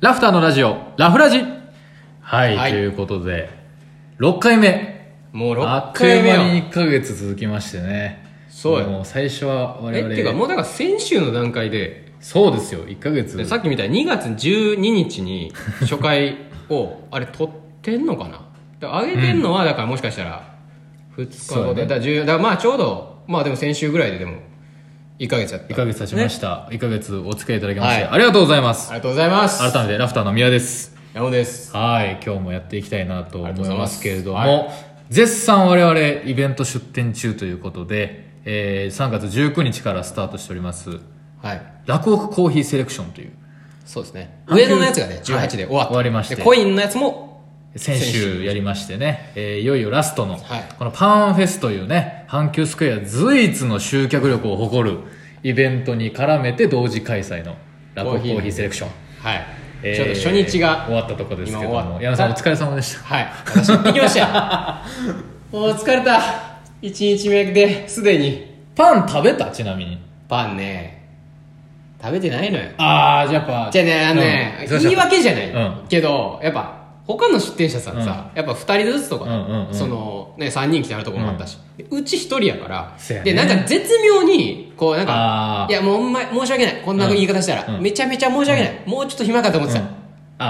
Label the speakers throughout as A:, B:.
A: ラフターのラジオ、ラフラジはい、
B: はい
A: ということで、6回目。
B: もう
A: あっ
B: 6
A: とい
B: 回
A: う
B: 目
A: 間
B: よ
A: に1ヶ月続きましてね。
B: そうよ
A: もう最初は我
B: え
A: 々。
B: っていうかもうだから先週の段階で
A: そうですよ、1ヶ月。
B: でさっきみたいに2月12 日に初回をあれ撮ってんのかなで上げてんのはだからもしかしたら2日
A: そ
B: 後
A: う
B: で、
A: ね
B: だから10だからまあちょうどまあでも先週ぐらいででも1ヶ月やった
A: 1ヶ月経ちま
B: ね
A: した。1ヶ月お付き合いいただきまして、
B: はい
A: ありがとうございます
B: あ。りがとうございます
A: 改めてラフターの宮です。
B: 山本です
A: はい、今日もやっていきたいなと思いますけれども、
B: ありがと
A: 絶賛我々イベント出店中ということで、えー3月19日からスタートしております、
B: はい
A: 落語コーヒーセレクションという、
B: そうですね上野のやつがね18で終わった、
A: 終わりまして
B: でコインのやつも
A: 先週やりましてね、えーいよいよラストの、
B: はい
A: このパンフェスというね、阪急スクエア随一の集客力を誇るイベントに絡めて同時開催の落語コーヒーセレクション。
B: は
A: え
B: い、
A: ー
B: ちょうど初日が
A: 終わったとこですけど
B: 今終わ
A: も、
B: った
A: 矢野さんお疲れ様でした。
B: はい私行ってきました よもう疲れた1日目ですでに
A: パン食べたちなみに。
B: パンね食べてないのよ
A: ああ、じゃあやっぱ。
B: じゃあねあのね、
A: うん
B: 言い訳じゃない、
A: う
B: けどやっぱ他の出店者さんさ、やっぱ2人ずつとか、
A: うんうんうん
B: そのね3人来てあるとこもあったし、でうち1人やから
A: せやね
B: でなんか絶妙にこうなん
A: あ
B: か
A: ー
B: いやもうほんま申し訳ないこんな言い方したら、
A: うんうん
B: めちゃめちゃ申し訳ない、もうちょっと暇かと思ってた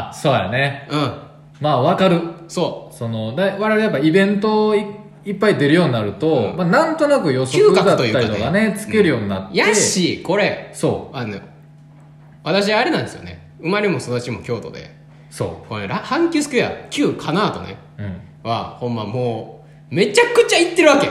A: あ、そうやね。
B: うん、
A: まあ、わかる。
B: そ
A: その、だ我々やっぱイベントいいっぱい出るようになると、
B: うん
A: まあ、なんとなく予測
B: 嗅
A: だ
B: 覚
A: った
B: とい
A: り
B: うかね
A: とかね、つけるようになっ
B: う
A: て。
B: やしこれ
A: そ
B: あの私あれなんですよね生まれも育ちも京都で
A: う。そ
B: これら阪急スクエア旧かなとね
A: う。うん。
B: はほんまもうめちゃくちゃ行ってるわけ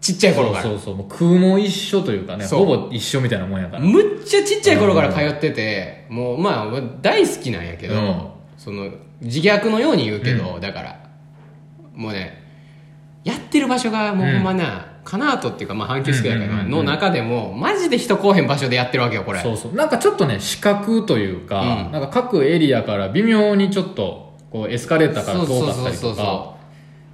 B: ちっちゃい
A: そ
B: 頃
A: う
B: から
A: そうそう。もう空も一緒というかね、
B: そ
A: ほぼ
B: う
A: 一緒みたいなもんやから。
B: むっちゃちっちゃい頃から通ってて、もうまあ大好きなんやけど、
A: うん
B: その自虐のように言うけど、だからもうねやってる場所がもうほんまな、カナートっていうか、まあ、阪急スクエアか
A: うんうんう
B: なん
A: うん
B: の中でも、マジで人来おへん場所でやってるわけよ、これ。
A: そうそう。なんかちょっとね、四角というか、
B: うん
A: なんか各エリアから微妙にちょっと、こう、エスカレーターから
B: そう
A: 遠
B: そう
A: かっ
B: そ
A: た
B: う
A: り
B: そう
A: とか。
B: そ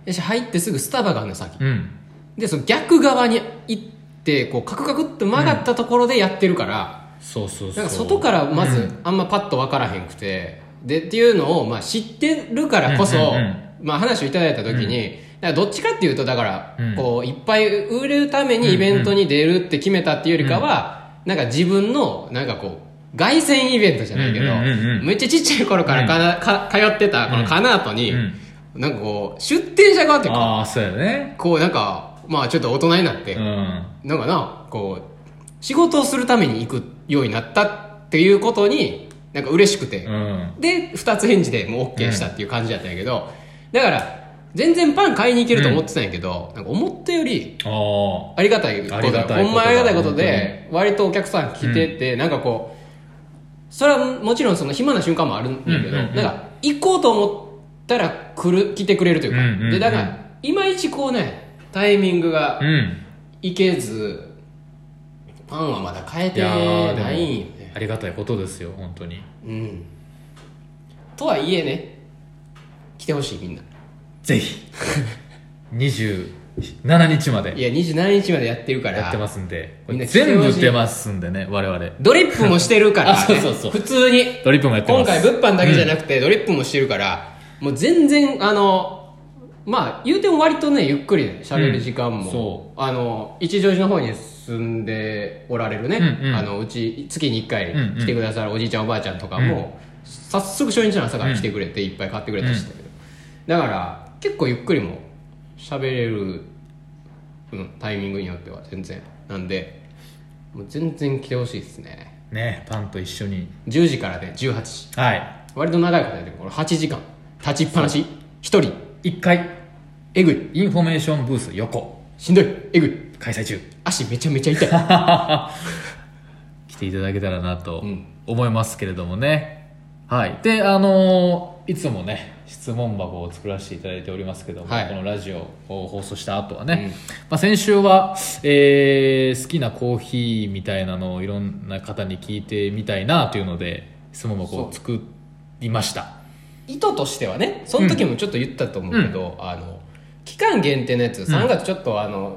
B: うよし入ってすぐスタバがあるの先
A: うん。
B: でその逆側に行ってこうカクカクって曲がったところでやってるから、
A: そうそうそう。
B: なんか外からまずあんまパッと分からへんくて、でっていうのをまあ知ってるからこそ、
A: うんうんうん
B: まあ、話をいただいた時に、だからどっちかっていうとだから
A: うん
B: こういっぱい売れるためにイベントに出るって決めたっていうよりかは、なんか自分のなんかこう凱旋イベントじゃないけど、
A: うんうんうんうん
B: めっちゃちっちゃい頃からかなか通ってたこのカナートに、
A: うん
B: なんかこう出店者側っていうか
A: ああ、そうやね。
B: こうなんかまあちょっと大人になって、
A: うん。
B: なんかなこう仕事をするために行くようになったっていうことになんか嬉しくて、
A: うん。
B: で2つ返事でもう OK したっていう感じだったんやけど、だから全然パン買いに行けると思ってたんやけど、なんか思ったより
A: ああ。
B: ありがたいこと
A: ありが
B: だ
A: たいことだ
B: ほんまありがたいことで割とお客さん来てて、なんかこうそれはもちろんその暇な瞬間もあるんだけど、
A: うんうんうん
B: なんか行こうと思ったら来る来てくれるというか、
A: うんうんうん
B: でだからいまいちこうねタイミングが
A: うん。
B: いけずパンはまだ変え
A: い
B: て
A: やー
B: ないんよ
A: でも
B: ね
A: ありがたいことですよ本当に
B: うんとはいえね来てほしいみんな
A: ぜ ひ27日ま
B: い
A: で
B: や27日までやってるから
A: やってますんでこ
B: みん
A: れ
B: な来てほしい
A: 全部売ってますんでね我々
B: ドリップもしてるか ら、
A: あそうそうそう
B: 普通に
A: ドリップもやってま
B: 今
A: す
B: 回物販だけじゃなくてドリップもしてるから、もう全然あのまあ言うても割とねゆっくりね喋る時間も、
A: うんそ
B: あの一条寺の方に住んでおられるね、
A: うんうん
B: あのうち月に1回
A: うんうん
B: 来てくださるおじいちゃんおばあちゃんとかも、早速初日の朝から来てくれていっぱい買ってくれたしだけど、だから結構ゆっくりも喋れる、うん、タイミングによっては全然なんでもう全然来てほしいですね
A: ねパンと一緒に
B: 10時からで18時
A: はい
B: 割と長いことやってるこれ8時間立ちっぱなし1人
A: 1回
B: えぐい
A: インフォメーションブース横
B: しんどいえぐい
A: 開催中
B: 足めちゃめちゃ痛い
A: 来ていただけたらなと
B: うん
A: 思いますけれどもね、はいであのーいつもね質問箱を作らせていただいておりますけども、
B: はい
A: このラジオを放送した後はね、まあ、先週は、えー好きなコーヒーみたいなのをいろんな方に聞いてみたいなというので質問箱を作りました
B: 意図としてはねその時もちょっと言ったと思うけど、あの期間限定のやつ3月ちょっとあの、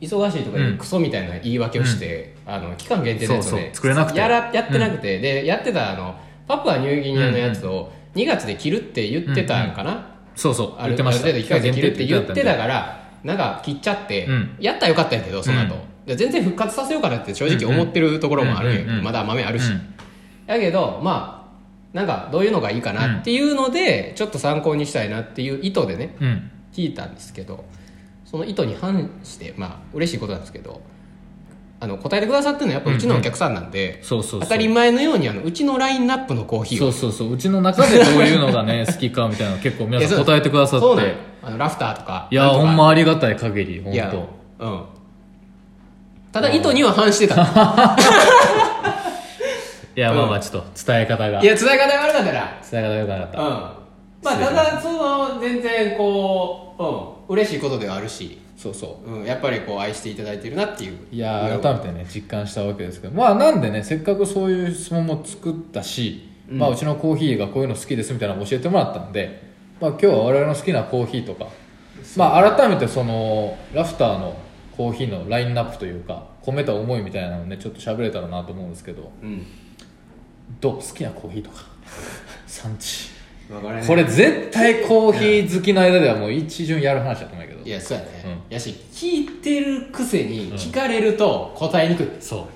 B: 忙しいとかいう
A: うん
B: クソみたいな言い訳をして、あの期間限定のやつを
A: そう
B: ね
A: そう作れなくて
B: やらやってなくて、でやってたあのパプアニューギニアのやつを2月で切るって言ってたんかな、
A: そうそう言
B: ある
A: ってました
B: ある程度1回で切るって言ってた
A: ら
B: からなんか切っちゃって、
A: うん
B: やったらよかったんやけどその後、で全然復活させようかなって正直思ってるところもあるんやけど、
A: うんうん
B: まだ豆あるし、
A: うん
B: やけどまあなんかどういうのがいいかなっていうので、ちょっと参考にしたいなっていう意図でね
A: うん
B: 聞いたんですけどその意図に反してまあ嬉しいことなんですけどあの答えてくださってるのはやっぱうちのお客さんなんで、
A: そうそうそう
B: 当たり前のようにあのうちのラインナップのコーヒー
A: そ
B: を
A: うそうそううちの中でどういうのがね 好きかみたいなの結構皆
B: いや
A: さ
B: そ
A: ん
B: う
A: 答えてくださ
B: そう
A: っ
B: なん
A: て
B: よあのラフターとか
A: いや
B: なんと
A: ほ
B: か
A: んまありがたい限り本
B: いや
A: 当
B: うんただ意図には反してたい
A: いや
B: うん
A: まあまあちょっと伝え方が伝え
B: や伝え方があれだから
A: 方が良くなかっ
B: うん
A: た
B: まあただその全然こううん嬉しいことではあるしそうそう、うん、やっぱりこう愛していただいてるなっていう
A: い
B: い
A: や改めてね実感したわけですけどまあなんでねせっかくそういう質問も作ったし、うまあ、うちのコーヒーがこういうの好きですみたいなのを教えてもらったんで、まあ、今日は我々の好きなコーヒーとか、まあ、改めてそのラフターのコーヒーのラインナップというか込めた思いみたいなのをねちょっと喋れたらなと思うんですけど
B: うん
A: どう好きなコーヒーとか 産地
B: 分から
A: これ絶対コーヒー好きの間ではもう一巡やる話だと思うけど
B: いやそうやね、やし聞いてるくせに聞かれると答えにくい、
A: そ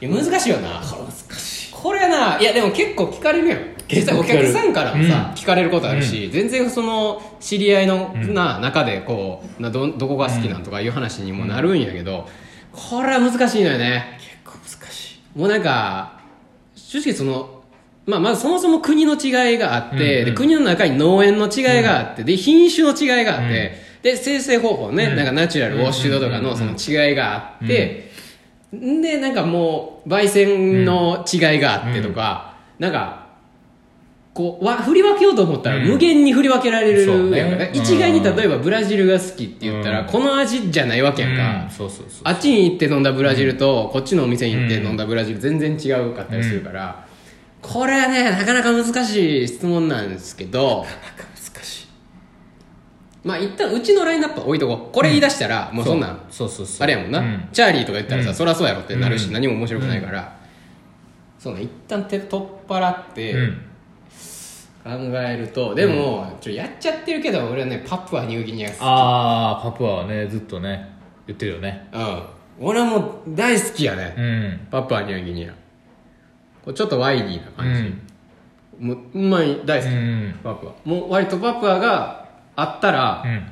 A: う
B: いや難しいよなこれ難しいこれないやでも結構聞かれるやん実はお
A: 結構聞かれる
B: 客さんからもさ、聞かれることあるし、全然その知り合いの、
A: ん
B: な中でこうなどどこが好きなんとかいう話にもなるんやけど、これは難しいのよね
A: 結構難しい
B: もうなんか正直その、まあ、まずそもそも国の違いがあって、
A: うんう
B: で
A: ん
B: 国の中に農園の違いがあって、で品種の違いがあって、で生成方法ね、
A: うん
B: なんかナチュラルウォッシュドとか
A: う
B: の
A: ん
B: その違いがあって、でなんかもう焙煎の違いがあってとか、なんかこうわ振り分けようと思ったら
A: うん
B: 無限に振り分けられるやんか
A: そうね
B: 一概に例えばブラジルが好きって言ったら、
A: うん
B: この味じゃないわけやんか、
A: うんそうそうそう
B: あっちに行って飲んだブラジルと、こっちのお店に行って飲んだブラジル全然違うかったりするから、これはねなかなか難しい質問なんですけ
A: な
B: ど
A: んか難しい
B: まあ一旦うちのラインナップは置いとこうこれ言い出したら、もうそんなん
A: そうそうそう
B: あれやもんな、
A: う
B: チャーリーとか言ったらさ、
A: うん
B: そりゃそうやろってなるし、
A: うん
B: 何も面白くないから、そうなん一旦手取っ払って、
A: うん
B: 考えるとでも、ちょやっちゃってるけど俺はねパプアニューギニア好き
A: ああパプアはねずっとね言ってるよね
B: うん俺はもう大好きやね、
A: うん
B: パプアニューギニアこうちょっとワイニーな
A: う
B: 感じ、
A: ん
B: もううまい大好
A: う
B: き、
A: ん
B: パプアもう割とパプアがあったら、
A: うん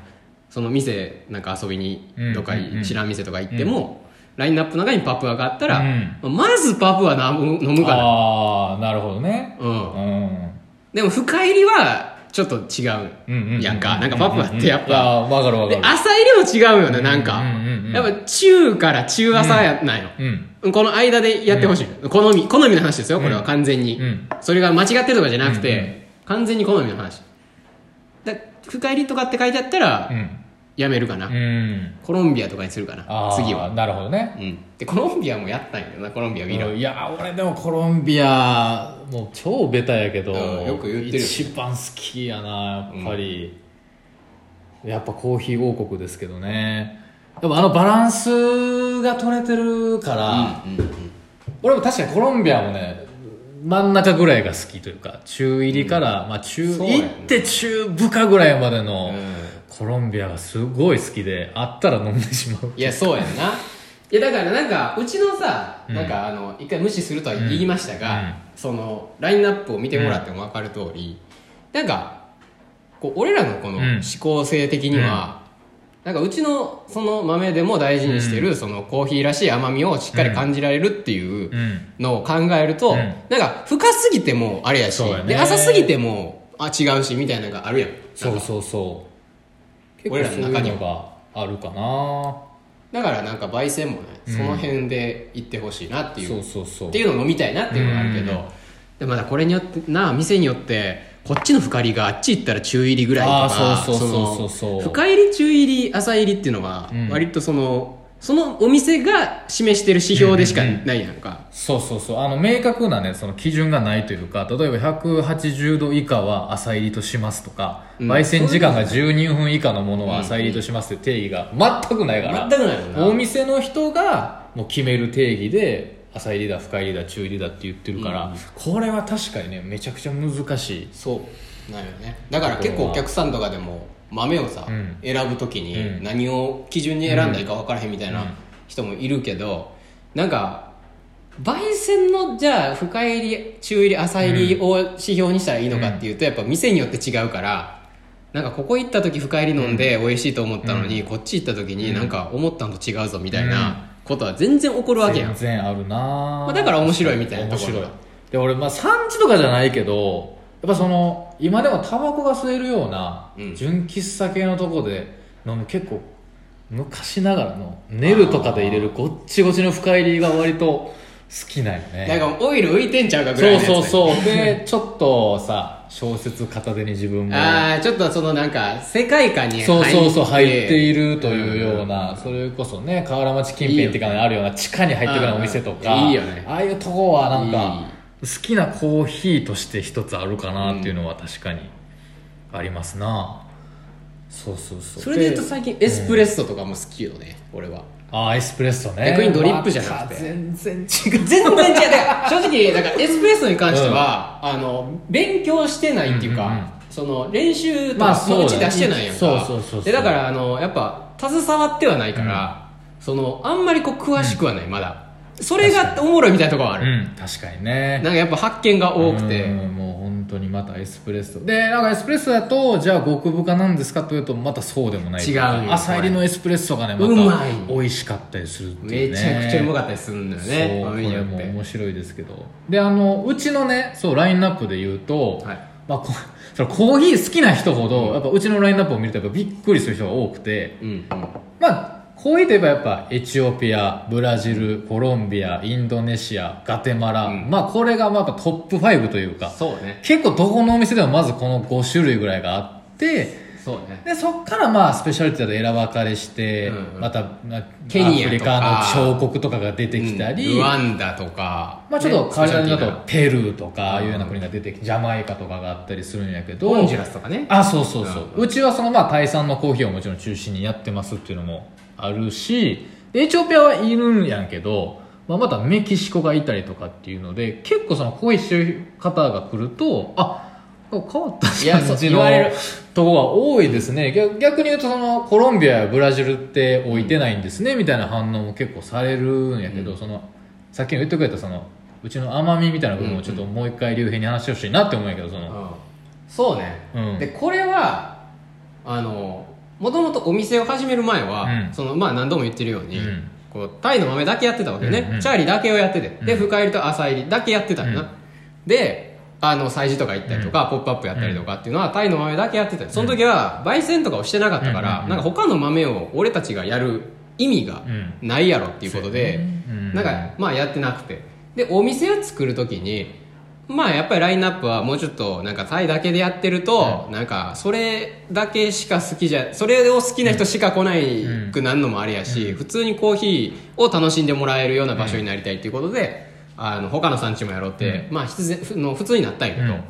B: その店なんか遊びに
A: うん
B: どっか
A: うん
B: 知らん店とか行っても、ラインナップの中にパプアがあったら、
A: う
B: まずパプアな飲む飲むかな
A: ああなるほどね
B: う
A: うん
B: んでも深入りはちょっと違う、
A: うんうん
B: やんかなんかパプアってやっ
A: ぱ
B: ぱ、
A: 分かる
B: で
A: 分かる
B: 朝入りも違うよねなんか、
A: うんうんうんうん
B: やっぱ中から中朝やなんよ、
A: うん
B: この間でやってほしい、好み好みの話ですよこれは完全に、
A: うん
B: それが間違ってるとかじゃなくて、
A: うんう
B: 完全に好みの話だ深入りとかって書いてあったら
A: うん
B: やめるかな、
A: うん
B: コロンビアとかにするかな
A: あー
B: 次は、
A: なるほどね
B: うん、でコロンビアもやったんやけどなコロンビアウィロ
A: いや俺でもコロンビアもう超ベタやけど
B: うんよく言ってるよね
A: 一番好きやなやっぱりやっぱコーヒー王国ですけどねやっぱあのバランスが取れてるから
B: うんうん
A: 俺も確かにコロンビアもね真ん中ぐらいが好きというか中入りから、まあ中
B: そうやね
A: 行って中部下ぐらいまでの、
B: うん
A: コロンビアがすごい好きであったら飲んでしまう
B: いやそうやんないやだからなんかうちのさ、なんかあの一回無視するとは言いましたが、
A: うん
B: そのラインナップを見てもらっても分かる通り、なんかこう俺らのこの
A: うん
B: 思考性的には、なんかうちのその豆でも大事にしてる、そのコーヒーらしい甘みをしっかり感じられるっていう
A: うん
B: のを考えると、
A: うん
B: なんか深すぎてもあれやし
A: そうやね
B: で浅すぎてもあ違うしみたいなのがあるやん
A: そうそうそう結構
B: 俺ら
A: そ
B: の
A: う
B: 中に
A: いう
B: は
A: のがあるかな
B: だからなんか焙煎もねその辺で行ってほしいなっていう
A: そうそうそう
B: っていうのを飲みたいなっていうのがあるけど、
A: うん
B: でもまだこれによってな店によってこっちの深入りがあっち行ったら中入りぐらいと
A: あ
B: か
A: ーそうそうそうそう
B: その
A: そう
B: 深入り中入り浅入りっていうのは
A: うん
B: 割とその、そのお店が示してる指標でしかないやんか、
A: そうそうそうあの明確なねその基準がないというか例えば180度以下は浅入りとしますとか、
B: うん
A: 焙煎時間が12分以下のものは浅入りとしますって定義が全くないから、
B: 全くないもんな
A: お店の人がもう決める定義で浅いリーダー深いリーダー中リーダーって言ってるから、これは確かにねめちゃくちゃ難しい
B: そうなるよねだから結構お客さんとかでも豆をさ、
A: うん
B: 選ぶ時
A: うん
B: に何を基準に選んだらいいか分からへんみたい
A: うん
B: な人もいるけどなんか焙煎のじゃあ深入り中入り浅入りを指標にしたらいいのかっていうとやっぱ店によって違うからなんかここ行った時深入り飲んで美味しいと思ったのにこっち行った時になんか思ったのと違うぞみたいなことは全然起こるわけやん
A: 全然あるな、
B: まあだから面白いみたいな
A: 面
B: とこ
A: 白
B: ろ
A: い
B: が
A: で俺まあ産地とかじゃないけどやっぱその今でもタバコが吸えるような
B: うん
A: 純喫茶系のとこで飲む結構昔ながらのネルとかで入れるごっちごちの深入りが割と好きなんよね
B: なんかオイル浮いてんちゃうかぐらい
A: そう
B: のやつだ
A: そ
B: よ
A: う
B: ね
A: そうでちょっとさ小説片手に自分も
B: ああちょっとそのなんか世界観に
A: そうそうそう入ってい
B: る
A: るというようなそれこそね河原町近辺っていうかねあるような地下に入ってくるようなお店とか
B: うんいいよね
A: ああいうとこはなんか好きなコーヒーとして一つあるかなっていうのは確かにありますなそうそうそう
B: それで言うと最近エスプレッソとかも好きよね、俺は
A: ああエスプレッソね
B: 逆にドリップじゃな
A: また
B: くて
A: 全然違う
B: 全然違う正直なんかエスプレッソに関しては、あの勉強してないっていうか、
A: うんうんうん
B: その練習と
A: まあ
B: か
A: そう
B: そ
A: だね
B: のうち出してないやんか、
A: そうそうそうそう
B: でだからあのやっぱ携わってはないから、そのあんまりこう詳しくはない、まだそれがおもろいみたいなところはある、
A: うん確かにね
B: なんかやっぱ発見が多くて、
A: うんもう本当にまたエスプレッソでなんかエスプレッソだとじゃあ極深なんですかというとまたそうでもない
B: 違うんよ
A: 朝入りのエスプレッソがねまた
B: うまい
A: 美味しかったりするっていう、ね、
B: めちゃくちゃうま
A: かっ
B: かったりするんだよ
A: た
B: ね
A: そうこ
B: 場面に
A: れ
B: よ
A: も
B: って
A: 面白いですけどであのうちのねそうラインナップで言うと、
B: はい
A: まあ、こ そのコーヒー好きな人ほどやっぱうちのラインナップを見るとやっぱびっくりする人が多くて
B: うんうん
A: まあコーヒーといえばやっぱエチオピアブラジルコロンビアインドネシアガテマラ、
B: うん
A: まあこれがまあやっぱトップ5というか
B: そうね
A: 結構どこのお店でもまずこの5種類ぐらいがあって
B: そうね
A: でそっからまあスペシャリティで選ばかれして、
B: うんうん
A: またまあ
B: ケニアとか
A: アフリカの彫刻とかが出てきた
B: うん
A: り、
B: ルワンダとか
A: まあ、ちょっと代わり
B: ね
A: 種だとペルーとかああいうような
B: うん
A: 国が出てきてジャマイカとかがあったりするんやけど
B: ホンジュラスとかね
A: あそうそうそう、
B: う
A: うちはそのまあタイ産のコーヒーをもちろん中心にやってますっていうのもあるしでエチオピアはいるんやんけど、まあ、またメキシコがいたりとかっていうので結構そのコーヒーしてる方が来るとあ変わった
B: いやそ
A: 感
B: う
A: じ
B: 言
A: の
B: われる
A: とこが多いですね逆逆に言うとそのコロンビアやブラジルって置いてないんですねみたいな反応も結構されるんやけど、
B: う
A: そのさっきの言ってくれたそのうちの甘みみたいな部分をちょっともう一回竜兵に話してほしいなって思うんやけどその、
B: そうね、
A: うん
B: でこれはあのもともとお店を始める前は、
A: うん
B: そのまあ何度も言ってるように、
A: うん
B: こうタイの豆だけやってたわけね、
A: うんうん
B: チャーリーだけをやってて、で
A: うん
B: 深入りと浅入りだけやってたよな、
A: うん
B: であの催事とか行ったりとか、ポップアップやったりとかっていうのはタイの豆だけやってたよその時は焙煎とかをしてなかったか
A: う
B: ら、
A: んうん
B: なんか他の豆を俺たちがやる意味がないやろっていうことで、
A: うん
B: なんかまあやってなくてでお店を作る時にまあやっぱりラインナップはもうちょっとなんかタイだけでやってると、なんかそれだけしか好きじゃそれを好きな人しか来ないくなるのもあれやし、普通にコーヒーを楽しんでもらえるような場所になりたいっていうことで、あの他の産地もやろうって、まあ必然ふの普通になったんやけど、
A: うん
B: だか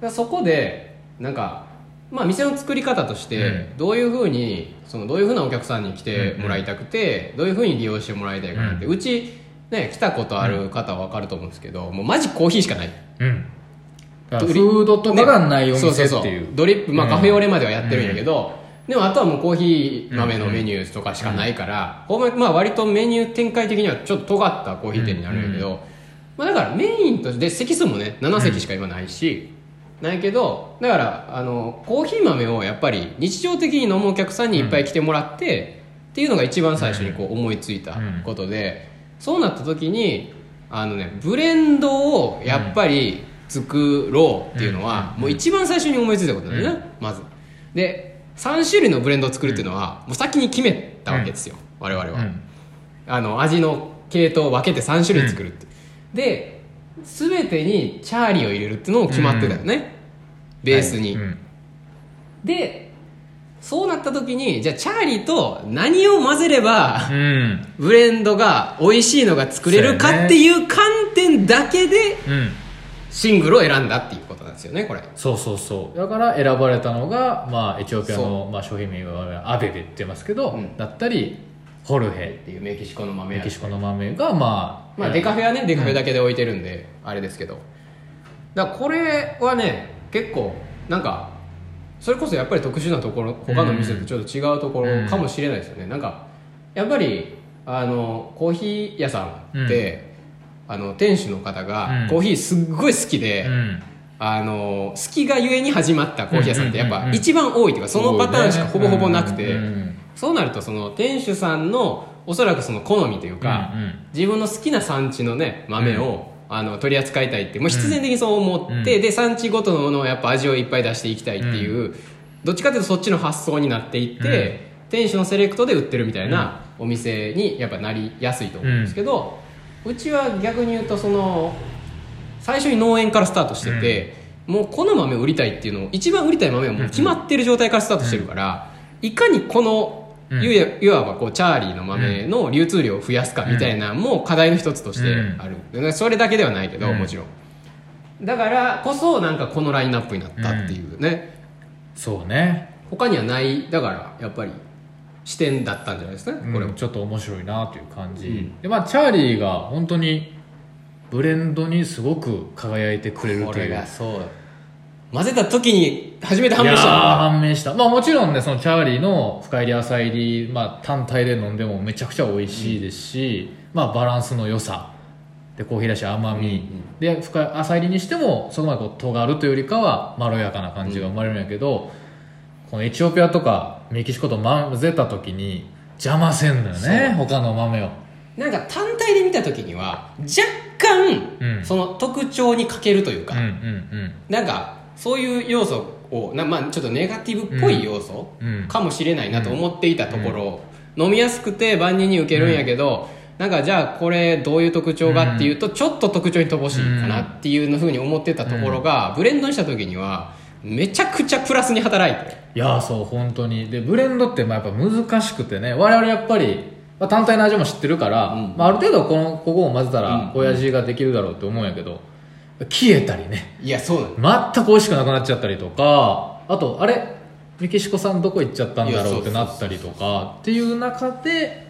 B: らそこでなんか。まあ、店の作り方とし
A: う
B: てどういうふうにそのどういうふうなお客さんに来てもらいたくてどういうふうに利用してもらいたいかなってうち、ね、来たことある方は分かると思うんですけど、もうマジコーヒーしかない
A: うん、だからフードとかがないお店っていう
B: そうそうそうドリップ、まあ、
A: うん
B: カフェオレまではやってるんやけど、でもあとはもうコーヒー豆のメニューとかしかないから、ほんままあ、割とメニュー展開的にはちょっと尖ったコーヒー店になるんやけど、まあ、だからメインとして席数もね7席しか今ないし、ないけどだからあのコーヒー豆をやっぱり日常的に飲むお客さんにいっぱい来てもらって、っていうのが一番最初にこう思いついたことで、そうなった時にあのねブレンドをやっぱり作ろうっていうのは、もう一番最初に思いついたことなんだよね、まずで3種類のブレンドを作るっていうのは、もう先に決めたわけですよ、我々は、
A: うん
B: あの味の系統を分けて3種類作るって、で全てにチャーリーを入れるっていうのも決まってたよね、ベースに、
A: はいうん
B: でそうなった時にじゃあチャーリーと何を混ぜれば
A: うん
B: ブレンドが美味しいのが作れる
A: そうや
B: か
A: ね
B: っていう観点だけで
A: うん
B: シングルを選んだっていうことなんですよねこれ
A: そうそうそうだから選ばれたのが、まあ、エチオピア
B: そ
A: の、まあ、商品名はアベベって言いますけど、
B: うん
A: だったりホルヘ
B: っていうメキシコの豆
A: メ
B: や
A: キシコの豆が、まあ、
B: まあデカフェはねデカフェだけで置いてるんで、あれですけどだからこれはね結構なんかそれこそやっぱり特殊なところ他の店とちょっと違うところかもしれないですよね、なんかやっぱりあのコーヒー屋さんって、あの店主の方
A: う
B: が
A: ん
B: コーヒーすっごい好きで、
A: うん
B: あの好きがゆえに始まったコーヒー屋さんってやっ
A: うんうん
B: ぱ
A: うんうん
B: 一番多いというかそのパターンしかほぼほぼなくて、
A: うんうん
B: そうなるとその店主さんのおそらくその好みというか、
A: うんうん
B: 自分の好きな産地のね豆を、あの取り扱いたいってもう必然的にそう思って、で産地ごとのものをやっぱ味をいっぱい出していきたいっていう、どっちかというとそっちの発想になっていって、店主のセレクトで売ってるみたいなお店にやっぱなりやすいと思うんですけど、うちは逆に言うとその最初に農園からスタートしてて、もうこの豆を売りたいっていうのを一番売りたい豆はもう決まってる状態からスタートしてるから、いかにこの、
A: うん
B: いわいわばこうチャーリーの豆の流通量を増やすかみたいなのも課題の一つとしてある、でそれだけではないけど、
A: うん
B: もちろんだからこそなんかこのラインナップになったっていうね、
A: そうね
B: 他にはないだからやっぱり視点だったんじゃないですかね、
A: こ
B: こ
A: れ
B: れ
A: も
B: も
A: ちょっと面白いなという感じ、
B: うん
A: でまあチャーリーが本当にブレンドにすごく輝いてくれる
B: こと
A: い
B: れ
A: う
B: がそう混ぜた時に初めて判明し
A: いやー
B: た
A: 判明したまあもちろんねそのチャーリーの深入り浅入り、まあ、単体で飲んでもめちゃくちゃ美味しいですし、まあバランスの良さでコーヒーらしい甘み、
B: うん
A: で深い浅入りにしてもそこまでこう尖るというよりかはまろやかな感じが生まれるんやけど、このエチオピアとかメキシコと混ぜた時に邪魔せんのよね他の豆を
B: なんか単体で見た時には若干、
A: うん
B: その特徴に欠けるというか、
A: うんうん
B: なんかそういう要素をな、まあ、ちょっとネガティブっぽい要素
A: うんうん
B: かもしれないなと思っていたところ、飲みやすくて万人に受けるんやけど、なんかじゃあこれどういう特徴がっていうとちょっと特徴に乏しいかなっていうのふうに思ってたところが、ブレンドにした時にはめちゃくちゃプラスに働いて
A: いやーそう本当にでブレンドってまあやっぱ難しくてね我々やっぱり、まあ、単体の味も知ってるから、
B: うん
A: まあ、ある程度このここを混ぜた
B: うん
A: ら親父ができるだろうって思うんやけど、消えたりね
B: いやそうなの
A: 全く美味しくなくなっちゃったりとかあとあれメキシコさんどこ行っちゃったんだ
B: いや
A: ろ
B: そう
A: うってなったりとかっていう中で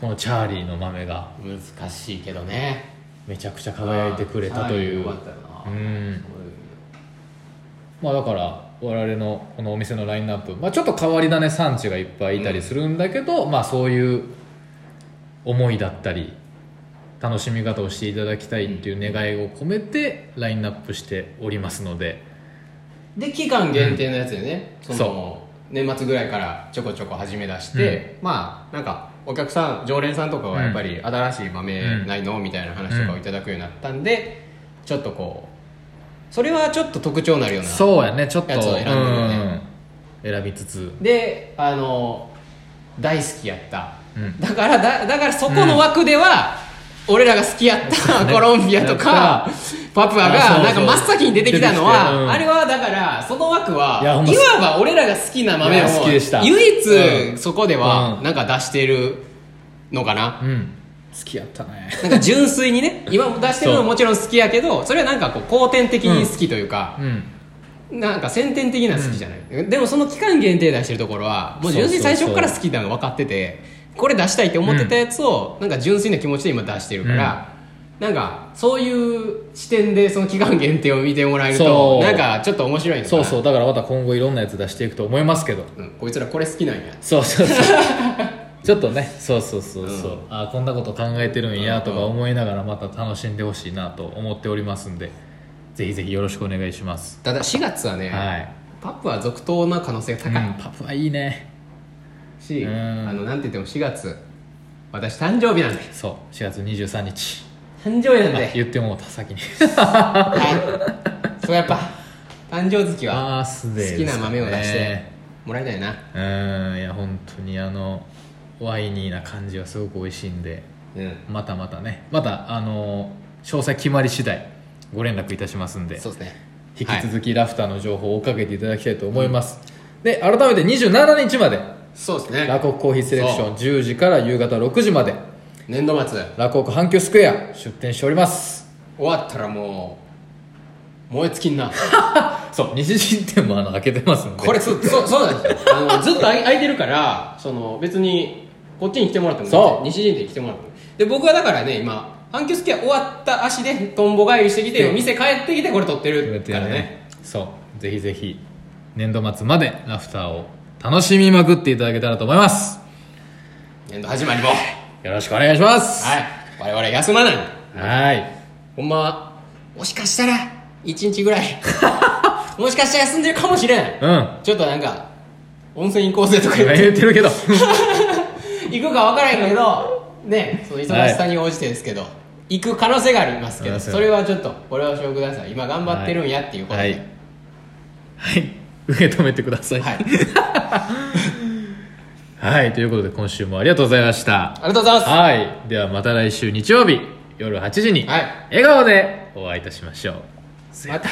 A: このチャーリーの豆が
B: 難しいけどね
A: めちゃくちゃ輝いてくれたという
B: あーよかったな
A: うんまあだから我々のこのお店のラインナップ、まあ、ちょっと変わり種産地がいっぱいいたりするんだけど、まあそういう思いだったり楽しみ方をしていただきたいっていう願いを込めてラインナップしておりますので
B: で期間限定のやつでね、
A: うん
B: その年末ぐらいからちょこちょこ始め出して、まあなんかお客さん常連さんとかはやっぱり新しい豆ないの、みたいな話とかをいただくようになったんで、ちょっとこうそれはちょっと特徴になるような
A: そうやねちょっと
B: やつを選んでるよね
A: うん選びつつ
B: であの大好きやった、
A: うん
B: だからだだからそこの枠では、俺らが好きやった、コロンビアとかパプア
A: あそうそ
B: が
A: う
B: なんか真っ先に出てきたのは
A: 出てきてうん
B: あれはだからその枠はい
A: やほんま
B: いわば俺らが好きな豆
A: いや好きでした
B: を唯一、
A: うん
B: そこでは
A: うん
B: なんか出してるのか な、
A: うん好きやったね
B: なんか純粋にね今出してるのももちろん好きやけどそれはなんかこう後天的に好きというか、
A: うん
B: なんか先天的な好きじゃない、でもその期間限定出してるところはもう純粋に最初から好きなの分かっててこれ出したいって思ってたやつをなんか純粋な気持ちで今出してるから、なんかそういう視点でその期間限定を見てもらえると
A: そう
B: なんかちょっと面白いのか
A: そ
B: な
A: うそうだからまた今後いろんなやつ出していくと思いますけど
B: うんこいつらこれ好きなんや
A: そうそうそうちょっとねそうそうそうそう、あこんなこと考えてるんやとか思いながらまた楽しんでほしいなと思っておりますんでぜひぜひよろしくお願いします
B: ただ4月はね、
A: はい、
B: パップは続投な可能性が
A: う
B: 高
A: ん
B: い、、
A: パプはいいね
B: し、
A: うん
B: あのなんて言っても4月私誕生日なんで
A: そう4月23日
B: 誕生日なん
A: あ
B: で、
A: 言ってもうた先に
B: はい、そうやっぱ誕生月は
A: バースデー
B: 好
A: で
B: き
A: す
B: な
A: かね
B: 豆を出してもらいたいな、
A: うんいや本当にあのワイニーな感じはすごく美味しいんで
B: うん
A: またまたねまたあの詳細決まり次第ご連絡いたしますんで
B: そうですね
A: 引き続きラフターの情報を追っかけていただきたいと思います、で改めて27日まで
B: そうですね
A: ラコクコーヒーセレクション10時から夕方6時まで
B: 年度末
A: ラコク阪急スクエア出店しております
B: 終わったらもう燃え尽きん な
A: そう西新店もあの開けてますんで
B: これそうそうそうなんですよあのずっと空い空いてるからその別にこっちに来てもらっても
A: そう
B: 西陣で来てもらってもで僕はだからね今阪急スキーは終わった足でとんぼ返りしてきて店帰ってきてこれ撮って
A: こうや
B: る
A: って
B: か
A: や
B: ら
A: る
B: ね
A: ねそうぜひぜひ年度末までラフターを楽しみまくっていただけたらと思います
B: 年度始まりもはい
A: よろしくお願いします
B: 我々休まない
A: はい
B: ほんまはもしかしたら1日ぐ らいもしかしたら休んでるかもしれん
A: うん
B: ちょっとなんか温泉行こうぜとか言っ
A: 今
B: て
A: 言って るけど
B: 行くか分からへんけどねその忙しさに応じてですけど、行く可能性があります
A: 可
B: けど
A: 能性は
B: それはちょっとご了承ください今頑張ってるんやっていうことで、
A: はいはい受け止めてください
B: はい
A: はいということで今週もありがとうございました
B: ありがとうございます
A: はいではまた来週日曜日夜8時に
B: はい
A: 笑顔でお会いいたしましょう
B: また